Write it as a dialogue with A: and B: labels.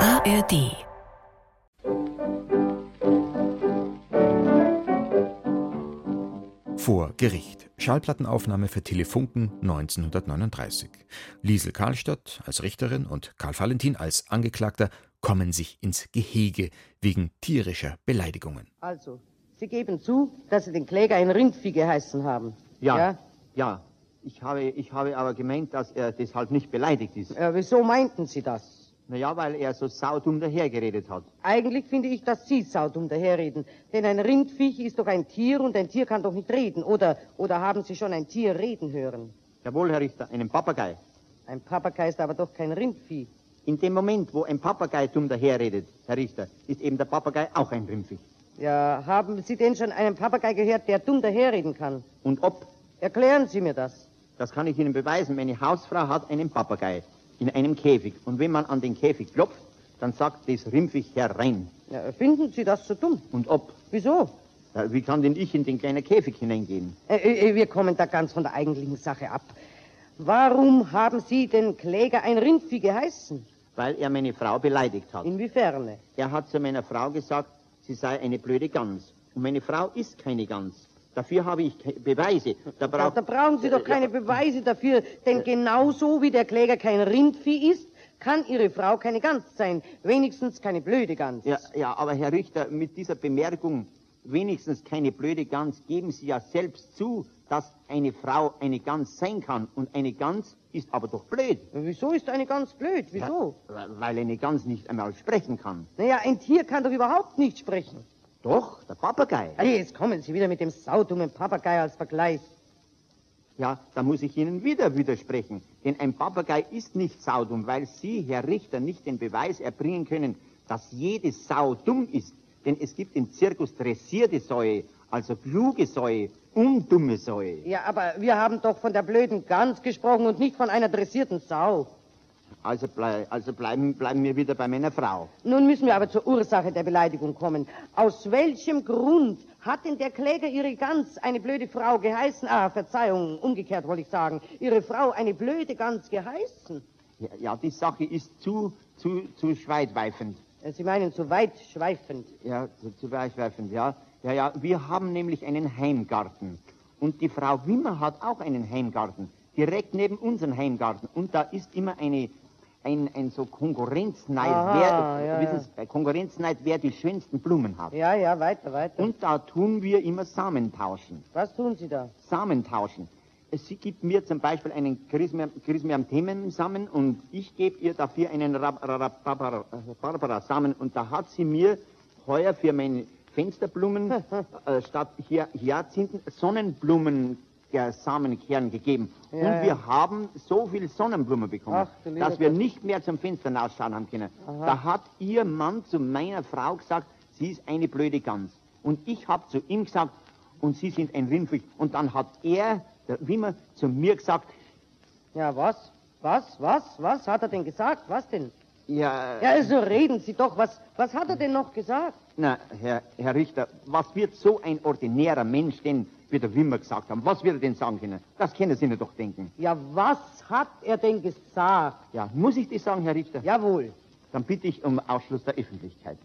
A: ARD.
B: Vor Gericht. Schallplattenaufnahme für Telefunken 1939. Liesel Karlstadt als Richterin und Karl Valentin als Angeklagter kommen sich ins Gehege wegen tierischer Beleidigungen.
C: Also, Sie geben zu, dass Sie den Kläger ein Rindvieh geheißen haben.
D: Ja, ja. Ich, habe, ich habe aber gemeint, dass er deshalb nicht beleidigt ist.
C: Äh, wieso meinten Sie das?
D: Naja, weil er so saudumm dahergeredet hat.
C: Eigentlich finde ich, dass Sie saudum daherreden. Denn ein Rindviech ist doch ein Tier und ein Tier kann doch nicht reden. Oder, oder haben Sie schon ein Tier reden hören?
D: Jawohl, Herr Richter, einen Papagei.
C: Ein Papagei ist aber doch kein Rindvieh.
D: In dem Moment, wo ein Papagei dumm daherredet, Herr Richter, ist eben der Papagei auch ein Rindviech.
C: Ja, haben Sie denn schon einen Papagei gehört, der dumm daherreden kann?
D: Und ob,
C: Erklären Sie mir das.
D: das kann ich Ihnen beweisen, meine Hausfrau hat einen Papagei in einem Käfig. Und wenn man an den Käfig klopft, dann sagt das Rindviech herein.
C: Ja, finden Sie das so dumm?
D: Und ob,
C: Wieso?
D: ja, wie kann denn ich in den kleinen Käfig hineingehen?
C: Äh, äh, wir kommen da ganz von der eigentlichen Sache ab. Warum haben Sie den Kläger ein Rindvieh geheißen?
D: Weil er meine Frau beleidigt hat.
C: Inwiefern?
D: Er hat zu meiner Frau gesagt, sie sei eine blöde Gans. Und meine Frau ist keine Gans. Dafür habe ich ke- Beweise.
C: Da,
D: Da, braucht
C: da brauchen Sie doch keine Beweise dafür, denn genauso wie der Kläger kein Rindvieh ist, kann Ihre Frau keine Gans sein. Wenigstens keine blöde Gans.
D: Ja, ja, aber Herr Richter, mit dieser Bemerkung, wenigstens keine blöde Gans, geben Sie ja selbst zu, dass eine Frau eine Gans sein kann. Und eine Gans ist aber doch blöd.
C: Wieso ist eine Gans blöd? Wieso?
D: Weil eine Gans nicht einmal sprechen kann.
C: Naja, ein Tier kann doch überhaupt nicht sprechen.
D: Doch, der Papagei.
C: Hey, jetzt kommen Sie wieder mit dem saudummen Papagei als Vergleich.
D: Ja, da muss ich Ihnen wieder widersprechen. Denn ein Papagei ist nicht saudumm, weil Sie, Herr Richter, nicht den Beweis erbringen können, dass jede Sau dumm ist. Denn es gibt im Zirkus dressierte Säue, also kluge Säue, undumme Säue.
C: Ja, aber wir haben doch von der blöden Gans gesprochen und nicht von einer dressierten Sau.
D: Also, blei also bleiben, bleiben wir wieder bei meiner Frau.
C: Nun müssen wir aber zur Ursache der Beleidigung kommen. Aus welchem Grund hat denn der Kläger Ihre Gans eine blöde Frau geheißen? Ah, Verzeihung, umgekehrt wollte ich sagen. Ihre Frau eine blöde Gans geheißen?
D: Ja, ja die Sache ist zu, zu, zu schweitweifend.
C: Äh, Sie meinen so weit schweifend.
D: Ja, zu, zu weitweifend, ja. Ja, ja, wir haben nämlich einen Heimgarten. Und die Frau Wimmer hat auch einen Heimgarten. Direkt neben unserem Heimgarten. Und da ist immer eine, ein, ein so Konkurrenzneid,
C: Aha,
D: wer,
C: ja,
D: wissen Sie, bei Konkurrenzneid, wer die schönsten Blumen hat.
C: Ja, ja, weiter, weiter.
D: Und da tun wir immer Samen tauschen.
C: Was tun Sie da?
D: Samen tauschen. Sie gibt mir zum Beispiel einen Chrismiam-Themen-Samen und ich gebe ihr dafür einen Rab- Rab- Barbara- Barbara-Samen. Und da hat sie mir heuer für meine Fensterblumen äh, statt Hy Hyazinthen Sonnenblumen der Samenkern gegeben. und wir haben so viel Sonnenblumen bekommen,
C: Ach, du lieber
D: dass wir nicht mehr zum Fenster nachschauen haben können. Da hat ihr Mann zu meiner Frau gesagt, sie ist eine blöde Gans. Und ich habe zu ihm gesagt, und sie sind ein Rindviech. Und dann hat er, der Wimmer, zu mir gesagt,
C: Ja, was? Was, was, was hat er denn gesagt? Was denn?
D: ja,
C: Ja, also reden Sie doch. Was, was hat er denn noch gesagt?
D: na, Herr, Herr Richter, was wird so ein ordinärer Mensch denn, wie der Wimmer gesagt haben? Was wird er denn sagen können? Das können Sie mir doch denken.
C: Ja, was hat er denn gesagt?
D: Ja, muss ich das sagen, Herr Richter?
C: Jawohl.
D: Dann bitte ich um Ausschluss der Öffentlichkeit.